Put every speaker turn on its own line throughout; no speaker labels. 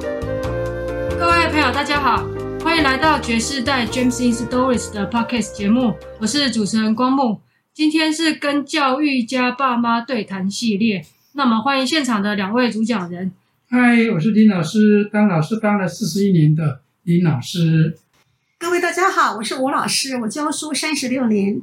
各位朋友，大家好，欢迎来到爵士代 James in Stories 的 Podcast 节目，我是主持人光木。今天是跟教育家爸妈对谈系列，那么欢迎现场的两位主讲人。
嗨，我是林老师，当老师当了四十一年的林老师。
各位大家好，我是吴老师，我教书三十六年。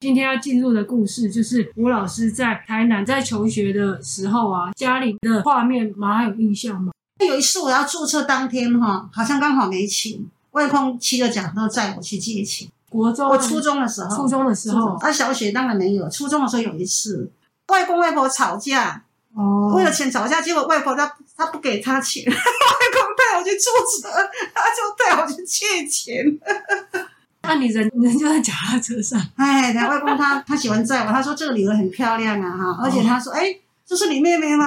今天要进入的故事就是吴老师在台南在求学的时候啊，家里的画面妈还有印象吗？
有一次我要注册当天哈，好像刚好没琴，外公骑着脚踏载我去借琴。
国中啊、
我初中的时候，
初中的时候
初中啊，小学当然没有，初中的时候有一次，外公外婆吵架，
哦，
为了钱吵架，结果外婆她她不给他钱， 外公带我去注册，他就带我去借钱。
那你人人就在脚踏车上，
哎，外公他他喜欢载我，他说这个女儿很漂亮啊哈，而且他说，哎，这是你妹妹吗？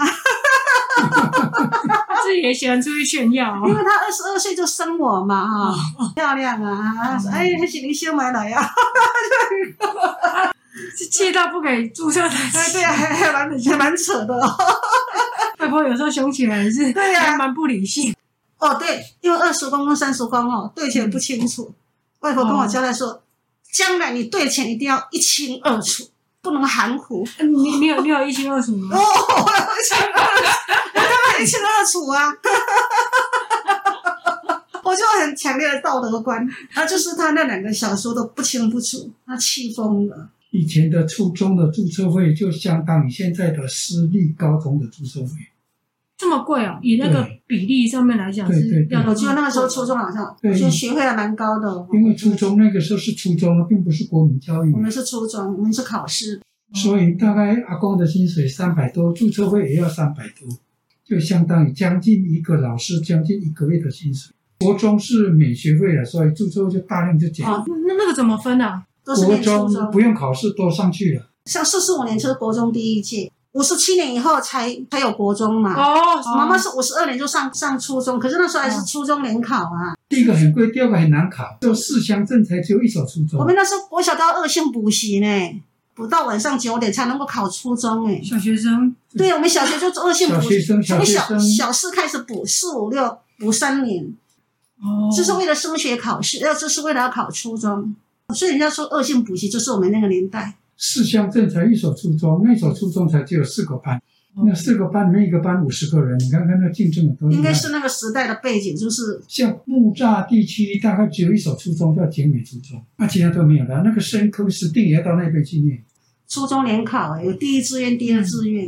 他自己也喜欢出去炫耀
因
哦。
为他二十二岁就生我嘛哈，漂亮啊，他说哎，还是你先买来啊呀，
是气到不给注册台
哎对啊，还还蛮还蛮扯的哦。
外婆有时候凶起来是，
对啊
还蛮不理性。
哦，对，因为二十公跟三十公哦，对钱不清楚。外婆跟我交代说，将来你对钱一定要一清二楚，不能含糊。
你你有你有一清二楚
哦，
吗？
我清二楚，我当然一清二楚啊。 我就很强烈的道德观，然后就是他那两个小说都不清不楚，他气疯了。
以前的初中的注册费就相当于现在的私立高中的注册费，
这么贵哦，以那个
对
比例上面来讲
对对
是
对
要，
我记得那个时候初中好像，
嗯
我觉得学费还蛮高的哦。
因为初中那个时候是初中，并不是国民教育
我，们是初中，我们是考试，
所以大概阿公的薪水三百多，注册费也要三百多，就相当于将近一个老师将近一个月的薪水。国中是免学费了，所以注册费就大量就减。
哦
那那个怎么分啊？
都是
国
念初
中不用考试都上去了，
像四十五年就是国中第一届，五十七年以后才才有国中嘛。
哦，
啊妈妈是五十二年就上上初中，可是那时候还是初中联考啊。
第一个很贵，第二个很难考，就四乡镇才只有一所初中
我。们那时候国小都要恶性补习呢，补到晚上九点才能够考初中哎。
小学生，
对，我们小学就恶性补
小学
习，
生，小
从
学
小
生，
小四开始补，四五六补三年，
哦，
这是为了升学考试，要就是为了要考初中。所以人家说恶性补习就是我们那个年代。
四乡镇才一所初中，那所初中才只有四个班，
哦嗯
那四个班每一个班五十个人，你看看那竞争有多厉
应
害
该。是那个时代的背景，就是
像木栅地区大概只有一所初中叫景美初中，那其他都没有了。那个深坑是定也要到那边去念，
初中联考、欸，有第一志愿、第二志愿。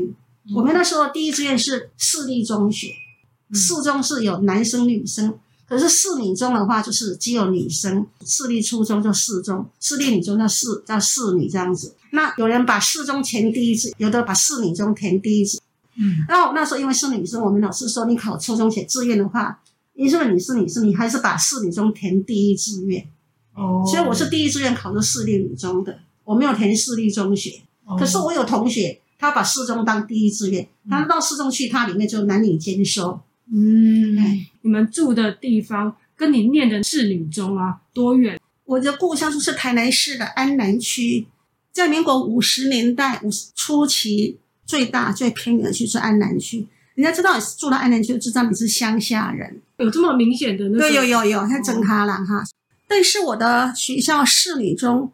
我们那时候第一志愿是私立中学，四中是有男生女生，可是四女中的话就是只有女生，私立初中就四中，私立女中叫四叫四女这样子。那有人把四中填第一志，有的把四女中填第一志。
嗯，
然后我哦那时候因为是女生，我们老师说你考初中写志愿的话，因为你是女生，你还是把四女中填第一志愿。
哦，
所以我是第一志愿考的私立女中的，我没有填私立中学。
哦，
可是我有同学，他把四中当第一志愿，他到四中去，他里面就男女兼修。
嗯
哎，
你们住的地方跟你念的是女中啊，多远？
我的故乡就是台南市的安南区，在民国五十年代五十初期，最大最偏远的区是安南区。人家知道你是住到安南区，就知道你是乡下人。
有这么明显的那个？
对，有有有，像整哈郎哈。但是我的学校市女中，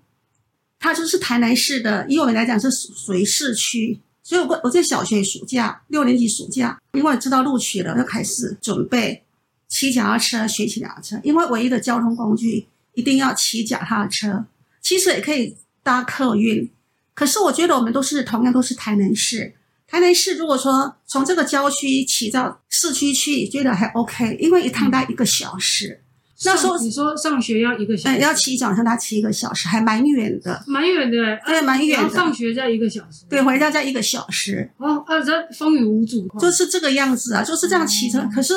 它就是台南市的，以我们来讲是属属于市区。所以我我在小学暑假六年级暑假，因为知道录取了，就开始准备骑脚踏车学骑脚踏车。因为唯一的交通工具一定要骑脚踏车，其实也可以搭客运。可是我觉得我们都是同样都是台南市，台南市如果说从这个郊区骑到市区去，觉得还 OK，因为一趟大概一个小时，
上
那时候
你说上学要一个小
嗯，
时，
要骑脚踏它骑一个小时，还蛮远的。
蛮远的，啊
对，蛮远
然后
的。
放学在一个小时，
对，回到家一个小时，
哦，啊，这风雨无阻，
就是这个样子啊，就是这样骑车。
嗯
可是，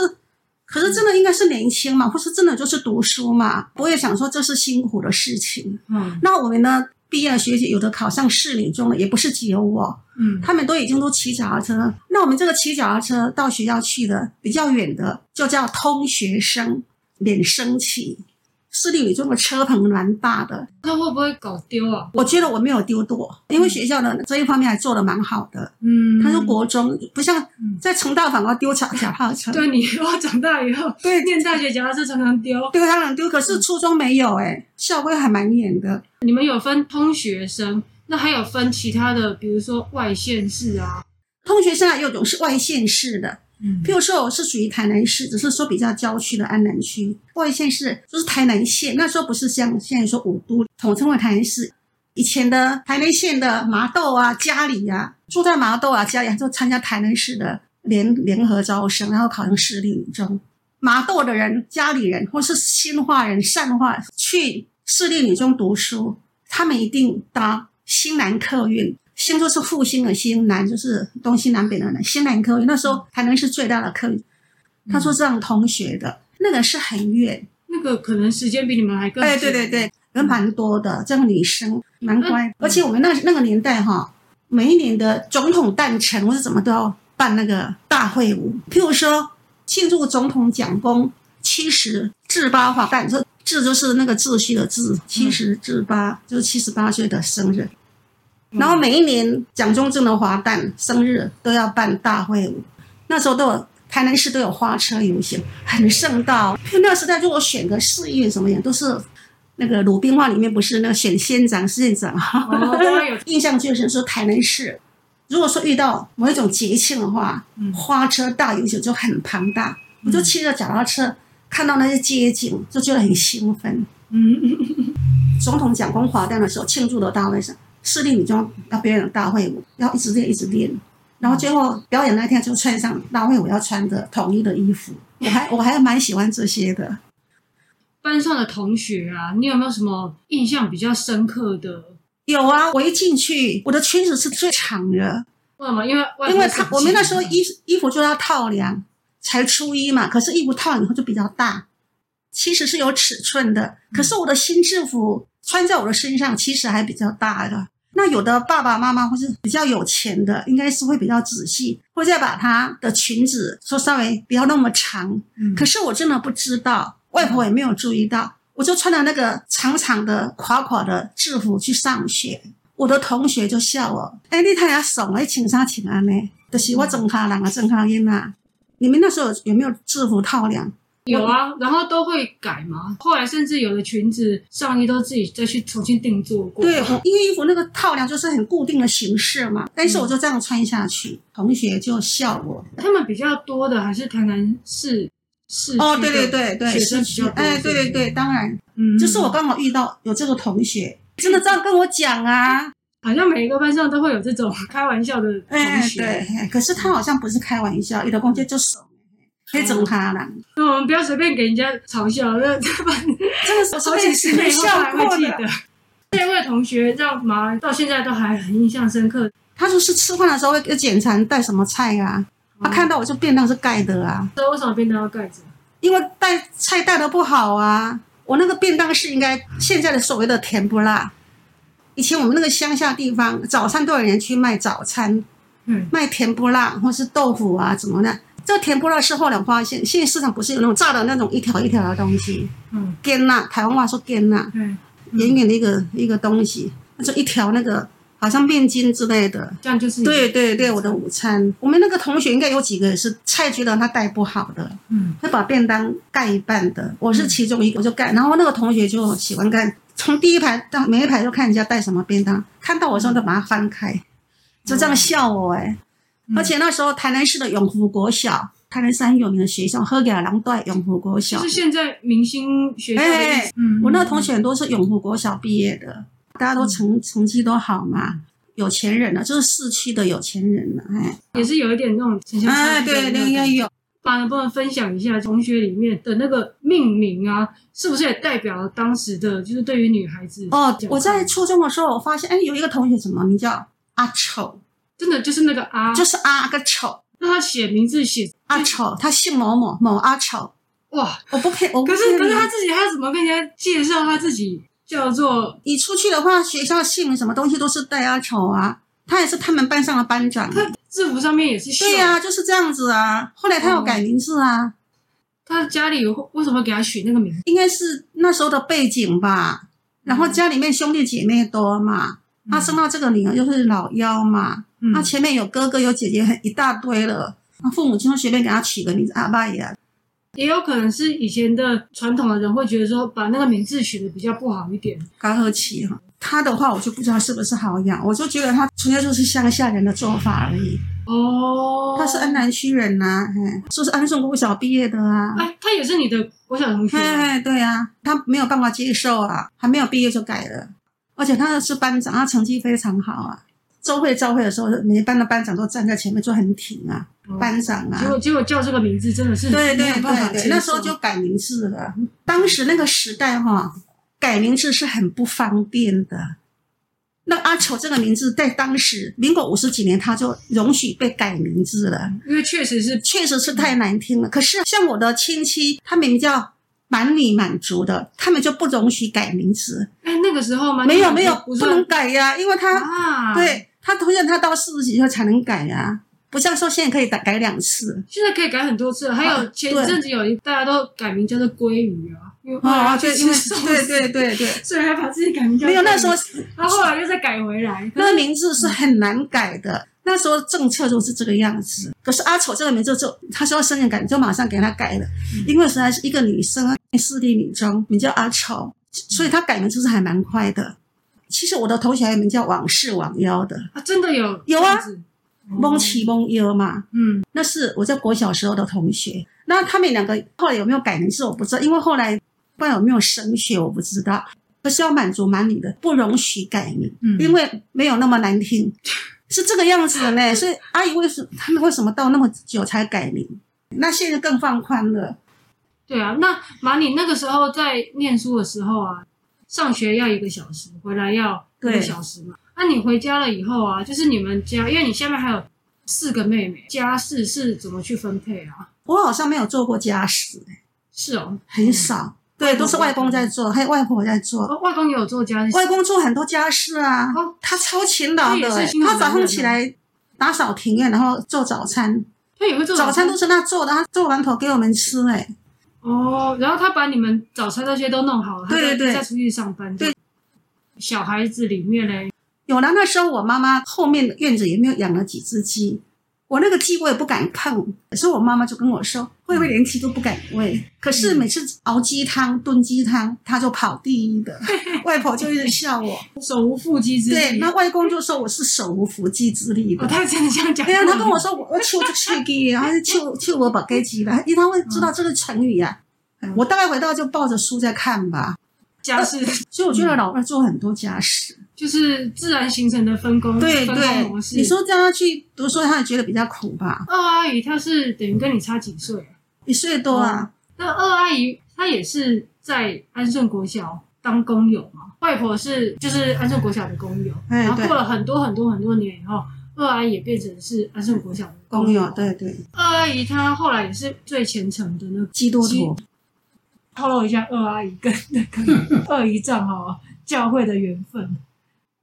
可是真的应该是年轻嘛，或是真的就是读书嘛。我也想说这是辛苦的事情。
嗯
那我们呢，毕业的学姐有的考上市里中了，也不是只有我，
嗯，
他们都已经都骑脚踏车。那我们这个骑脚踏车到学校去的比较远的，就叫通学生，免升旗。私立女中的车棚蛮大的，
那会不会搞丢啊？
我觉得我没有丢多，因为学校的这一方面还做得蛮好的。
嗯，
他说国中不像
嗯
在成大反而丢脚脚踏车，
对你以后长大以 后，
对
念大学脚踏车常常丢。
丢当然丢，可是初中没有哎、校规还蛮严的。
你们有分通学生，那还有分其他的，比如说外县市啊，
通学生还有一种是外县市的，
嗯
譬如说我是属于台南市，只是说比较郊区的安南区，外县市就是台南县，那时候不是像现在说五都统称为台南市。以前的台南县的麻豆啊、家里啊，住在麻豆啊、家里啊，就参加台南市的联联合招生，然后考上私立女中。麻豆的人、家里人或是新化人、善化去私立女中读书，他们一定搭新南客运。新就是复兴的新，南就是东西南北的南。新南客运那时候台南是最大的客运，他说这样同学的那个是很远，
那个可能时间比你们还更
哎，
久
对嗯对对，人蛮多的，这样女生蛮乖。而且我们那那个年代哈，每一年的总统诞辰或是怎么都要办那个大会舞，譬如说庆祝总统蒋公七十至八华诞，这至就是那个秩序的秩，七十至八就是七十八岁的生日。
嗯
然后每一年蒋中正的华诞生日都要办大会舞，那时候都有台南市都有花车游行，很盛大哦。 因为那个时代如果选个市议员什么样，都是那个鲁冰话里面不是那个选县长、市县长哈。
哦，当然有
印象最深说台南市，如果说遇到某一种节庆的话，
嗯
花车大游行就很庞大，我就骑着脚踏车看到那些街景，就觉得很兴奋。
嗯，
总统讲公华诞的时候庆祝的大会上，私立女中要表演大会舞，要一直练一直练，然后最后表演那天就穿上大会舞要穿的统一的衣服，我还我还蛮喜欢这些的。
班上的同学啊，你有没有什么印象比较深刻的？
有啊，我一进去，我的裙子是最长的，
为什么？因为外
因
国
为他
省
我们那时候
级
衣衣服就要套量，才初一嘛，可是衣服套以后就比较大，其实是有尺寸的。可是我的新制服穿在我的身上，其实还比较大的。那有的爸爸妈妈或是比较有钱的，应该是会比较仔细，会再把她的裙子说稍微不要那么长。
嗯
可是我真的不知道，外婆也没有注意到，我就穿了那个长长的、垮垮的制服去上学。我的同学就笑我，哎，你太怂了，你穿啥穿安呢？就是我正卡人啊，正卡音啊。你们那时候有有没有制服套量？
有啊，然后都会改嘛。后来甚至有的裙子、上衣都自己再去重新定做过。
对，我因为衣服那个套量就是很固定的形式嘛，但是我就这样穿下
嗯
去，同学就笑我。
他们比较多的还是台南市市
哦，
区
对对
的
对对，
学生比
是
较多。
哎，对对
是不是
对，，当然，
嗯，
就是我刚好遇到有这个同学，真的这样跟我讲啊。
好像每一个班上都会有这 种开玩笑的同
哎，
学。
对，哎可是他好像不是开玩笑，有的公就就
哦
怂，可以整他啦。
那我们不要随便给人家嘲笑， 那这班
这个是
好几十年
没
以后
哦笑
还会
过
记
的。
得。这位同学让麻到现在都还很印象深刻。
他就是吃饭的时候会会检查带什么菜啊，他看到我就便当是盖的啊，
这为什么便当要盖着？
因为带菜带的不好啊。我那个便当是应该现在的所谓的甜不辣，以前我们那个乡下地方早餐都有人去卖早餐，
嗯，
卖甜不辣或是豆腐啊怎么的。这甜不辣是后来我发现，现在市场不是有那种炸的那种一条一条的东西，
嗯，
干辣，台湾话说干辣，
对，
圆圆的一个一个东西，那就一条那个好像面筋之类的，
这样就是你
对，对对，我的午餐，我们那个同学应该有几个也是菜觉得他带不好的，
嗯，
会把便当盖一半的，我是其中一个，我就盖。然后那个同学就喜欢盖，从第一排到每一排就看人家带什么便当，看到我之后就把它翻开，就这样笑我哎、
嗯
而且那时候台南市的永福国小，台南是很有名的学校，喝给狼带永福国小
就是，现在明星学校的意思
哎，
嗯，
我那个同学很多是永福国小毕业的，大家都
嗯
成成绩都好嘛，有钱人了、啊就是市区的有钱人了、哎。
嗯也是有一点那种城乡差
哎，
距的
对，
那种
应该
感觉
有。
爸能不能分享一下同学里面的那个命名啊，是不是也代表了当时的，就是对于女孩子
哦
讲，
我在初中的时候，我发现，哎，有一个同学什么名叫阿丑，
真的就是那个啊，
就是阿个丑，
那他写名字写
阿丑，他姓某某某阿丑，
哇，
我不配，我不
可是
骗
可是
你
他自己他怎么跟人家介绍他自己叫做？
你出去的话，学校姓什么东西都是带阿丑啊，他也是他们班上的班长啊，
他制服上面也是绣哦
对呀、就是这样子啊。后来他有改名字啊，
他家里有为什么给他取那个名字？
应该是那时候的背景吧。然
嗯
后家里面兄弟姐妹多嘛，他生到这个女儿就是老幺嘛，
嗯
他前面有哥哥有姐姐很一大堆了，他父母亲随便给他取个名字阿爸也啊
也有可能是以前的传统的人会觉得说，把那个名字取得比较不好一点。
高和奇哈。他的话我就不知道是不是好养，我就觉得他纯粹就是乡下人的做法而已。
哦，
他是安南区人呐、哎，说是安顺国小毕业的啊，
哎，他也是你的国小同学
嘿
啊，
嘿，对啊，他没有办法接受啊，还没有毕业就改了，而且他是班长，他成绩非常好啊。周会召会的时候，每一班的班长都站在前面就很挺啊，
哦
班长啊，
结果结果叫这个名字真的是
对
没
对
有办法
对
接受
对，那时候就改名字了。当时那个时代哈、改名字是很不方便的。那阿丑这个名字在当时民国五十几年，他就容许被改名字了，
因为确实是
确实是太难听了。可是像我的亲戚，他们叫满女满族的，他们就不容许改名字，
哎那个时候嘛，
没有
你
没有
不
不
是
能改呀、因为他、
啊，，
对他同样他到四十几岁才能改呀、不像说现在可以改改两次。
现在可以改很多次了。还有
啊
前
对
阵子有一大家都改名叫做鲑鱼啊，因为
啊，
就
对，
因
因
为
为对对对对，
所以还把自己改名叫
没有那
鲑鱼
时候，
然后后来又再改回来。
那个名字是很难改的。那时候政策就是这个样子，可是阿丑这个名字就他说要生人改，就马上给他改了，因为实在是一个女生，私立女中，名叫阿丑，所以他改名字是还蛮快的。其实我的同学还有名叫王氏王妖的，
啊，真的有
有啊
这样子，哦
蒙奇蒙妖嘛，
嗯，
那是我在国小时候的同学。那他们两个后来有没有改名字我不知道，因为后来不知道有没有升学我不知道。可是要满足满女的，不容许改名，
嗯
因为没有那么难听，是这个样子的呢。所以阿姨为什他们为什么到那么久才改名？那现在更放宽了。
对啊。那马你那个时候在念书的时候啊，上学要一个小时，回来要一个
对
小时嘛。那、你回家了以后啊，就是你们家，因为你下面还有四个妹妹，家事是怎么去分配啊？
我好像没有做过家事，
是哦，
很少，对，都是外公在做，还有外婆在做。
嗯哦外公也有做家事，
外公做很多家事啊，
哦
他超勤劳
那
的、
也
欸
是辛苦
他早
男人啊
上起来打扫庭院，然后做早餐，
他也会做
早餐都是他做的，他做完头给我们吃、欸，哎，
哦，然后他把你们早餐那些都弄好了，他
对
再
对对
再出去上班。
对，
小孩子里面嘞，
有了那时候我妈妈后面的院子也没有养了几只鸡，我那个鸡我也不敢碰，可是我妈妈就跟我说，会不会连鸡都不敢喂？可是每次熬鸡汤、炖鸡汤，他就跑第一的，外婆就一直笑我，
手无缚鸡之力。
对，那外公就说我是手无缚鸡之力的
哦，。他真的这样讲。
对啊，他跟我说我我求就去给，然后求求我把给鸡了，因为他会知道这个成语呀、
嗯
我大概回到就抱着书在看吧，
家事
所以我觉得老二做很多家事。
就是自然形成的分工，
对
分工模
对，
式。
你说叫他去读书，他也觉得比较苦吧？
二阿姨她是等于跟你差几岁啊？
一岁多啊，
那二阿姨她也是在安顺国小当工友嘛，外婆是就是安顺国小的工友，
哎
然后
对
过了很多很多很多年以后，二阿姨也变成是安顺国小的
工
友
友，。对对，
二阿姨她后来也是最虔诚的那个
基督徒。
透露一下二阿姨跟那个二姨丈哦教会的缘分，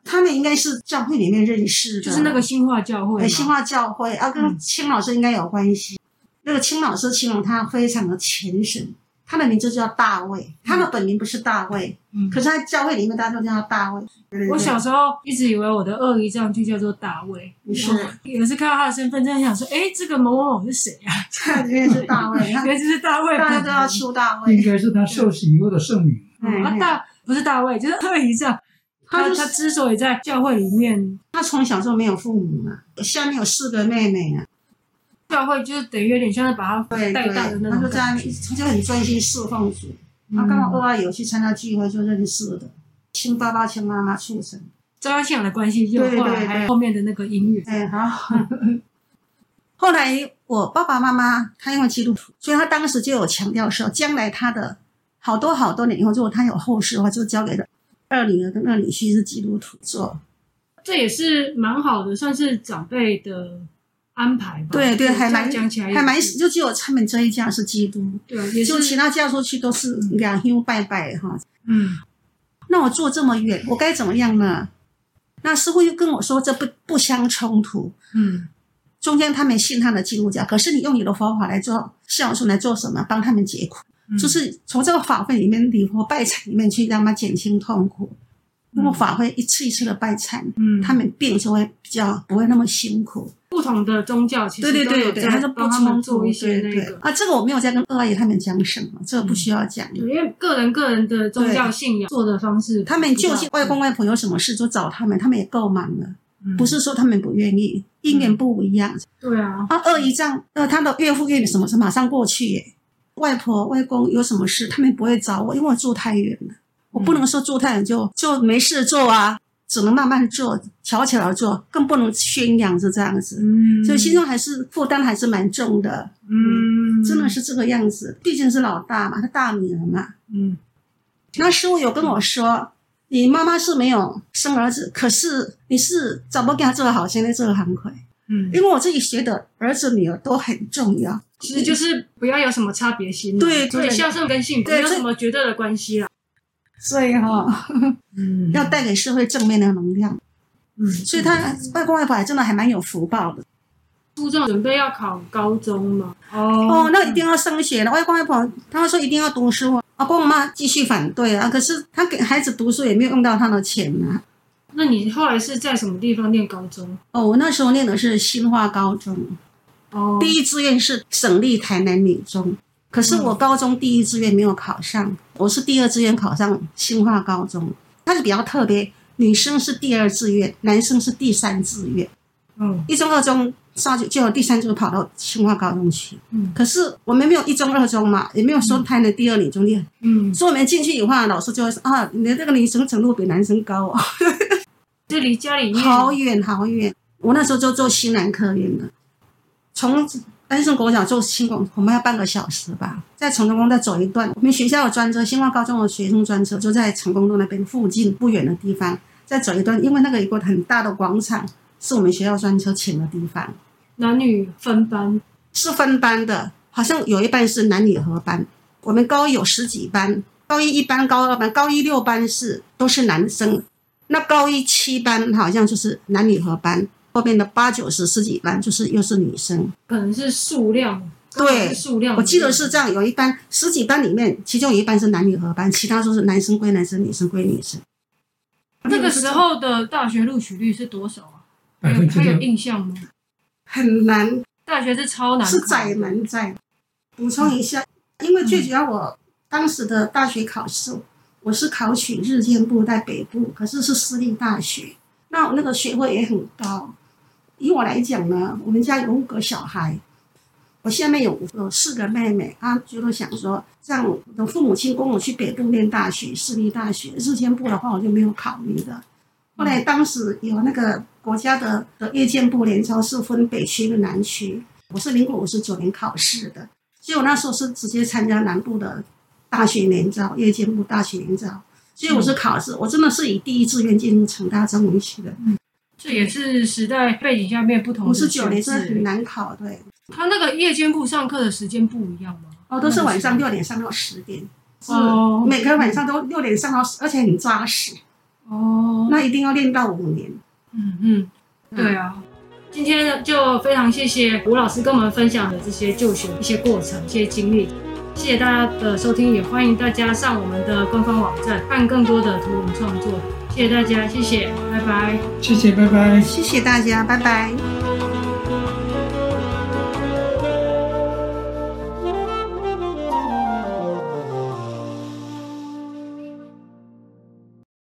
他们应该是教会里面认识的，
就是那个新化教会嘛。
哎新化教会啊，
嗯
跟青老师应该有关系。那个青老师形容他非常的虔诚，他的名字叫大卫，他的本名不是大卫，
嗯
可是他教会里面大家都叫他大卫。
我小时候一直以为我的二姨丈就叫做大卫，
是
然后有一次看到他的身份证，想说，哎，这个某某某是谁啊？
他因为 是大卫，
原
他
来这是大卫本
大家
人，
都要修大
应
卫。
该是他受洗以后的圣名。
嗯啊
哦嗯
大不是大卫，就是二姨丈。他
他就
他之所以在教会里面，
他从小就没有父母嘛，下面有四个妹妹啊，
教会就是等于有点像是把他
对
带
对，
大的那
他
种
就
感
在
觉。
他就很专心侍奉主。
嗯
他跟我二阿姨有去参加聚会就认识的，亲爸爸亲妈妈促成，
中央信仰的关系，又
对对
后来还
对
有后面的那个音乐，
哎好。 后来我爸爸妈妈他因为基督徒，所以他当时就有强调说，将来他的好多好多年以后，如果他有后事的话，就交给他二女儿跟二女婿是基督徒做。
哦这也是蛮好的，算是长辈的安排吧。
对对，还蛮
这样讲起来也
还蛮，
是
就只有他们这一家是基督，
对啊，也
就是其他嫁出去都是两兄拜拜哈。
嗯
那我坐这么远，我该怎么样呢？那师傅又跟我说，这不不相冲突。
嗯
中间他们信他的基督教，可是你用你的佛法来做孝顺来做什么？帮他们解苦，
嗯
就是从这个法会里面、礼佛拜忏里面去让他减轻痛苦。那么
嗯
法会一次一次的拜忏，
嗯，
他们病就会比较不会那么辛苦。
不同的宗教其
对
实
对
都有
对对，他
在
是不
帮他们
冲
做
突，
一些
对
那
对
个，
啊，这个我没有在跟二阿姨他们讲什么，这个不需要讲。
对，因为个人个人的宗教信仰做的方式，
他们究竟外公外婆有什么事就找他们，他们也够忙了，
嗯
不是说他们不愿意，因缘不一样。
对啊，
啊，二姨丈，呃，他的岳父岳母什么事马上过去耶。外婆外公有什么事，他们不会找我，因为我住太远了，我
嗯
不能说住太远就就没事做啊，只能慢慢做，巧巧的做，更不能宣扬是这样子，
嗯，
所以心中还是负担还是蛮重的。
嗯，
真的是这个样子。毕竟是老大嘛，他大女儿嘛。
嗯
那师傅有跟我说，你妈妈是没有生儿子，可是你是怎么给他做好现在这个行规？
嗯，
因为我自己觉得儿子女儿都很重要。
其实就是不要有什么差别心啊，
对
所以
对
孝顺跟幸福没
对
有
这
什么绝对的关系啦，
所以哈、
嗯
要带给社会正面的能量。
嗯，
所以他外公外婆还真的还蛮有福报的。
初中准备要考高中嘛，哦
哦，那一定要升学了。外公外婆他们说一定要读书啊，阿公我妈继续反对啊。可是他给孩子读书也没有用到他的钱啊。
那你后来是在什么地方念高中？
哦，我那时候念的是新化高中。
哦，
第一志愿是省立台南女中，可是我高中第一志愿没有考上，我是第二志愿考上兴化高中，它是比较特别，女生是第二志愿，男生是第三志愿，
嗯
一中、二中上就就有第三就跑到兴化高中去。
嗯
可是我们没有一中、二中嘛，也没有说台南第二女中厉害，
嗯，
所以我们进去以后，老师就会说啊，你的这个女生程度比男生高哦，
这离家里面
好远好远。我那时候就做西南科院了，从安顺国小做新广，恐怕要半个小时吧。在成功宫再走一段，我们学校有专车，新旺高中的学生专车就在成功路那边附近不远的地方，再走一段，因为那个有一个很大的广场，是我们学校专车停的地方，
男女分班，
是分班的，好像有一班是男女合班。我们高一有十几班，高一一班、高二班、高一六班是都是男生，那高一七班好像就是男女合班，后面的八九十十几班就是又是女生。
可能是数量，
对
刚好是数量，
我记得是这样，有一班十几班里面，其中有一班是男女合班，其他都是男生归男生，女生归女生。
那个时候的大学录取率是多少啊？
百分
有
之
还
六
有，印象吗？
很难，
大学是超难考的，
是窄门窄。补充一下，因为最主要我当时的大学考试，我是考取日间部在北部，可是是私立大学，那我那个学位也很高。以我来讲呢，我们家有五个小孩，我下面有有四个妹妹，啊，就是想说，让我的父母亲供我去北部念大学，私立大学，日间部的话我就没有考虑的。后来当时有那个国家的的夜间部联招是分北区跟南区，我是民国五十九年考试的，所以我那时候是直接参加南部的大学联招，夜间部大学联招，所以我是考试，我真的是以第一志愿进入成大中文系的，
这也是时代背景下面不同
五
的
十
学
九哦年是很
制。
难考，对，
他那个夜间部上课的时间不一样吗？
哦，都是晚上六点上到十点，是
哦
每个晚上都六点上到10，而且很扎实，
哦，
那一定要练到五年。
嗯嗯，对啊。今天就非常谢谢吴老师跟我们分享的这些就学一些过程、一些经历，谢谢大家的收听，也欢迎大家上我们的官方网站看更多的图文创作。谢谢大家，谢谢，拜拜。
谢谢，拜拜。
谢谢大家，拜拜。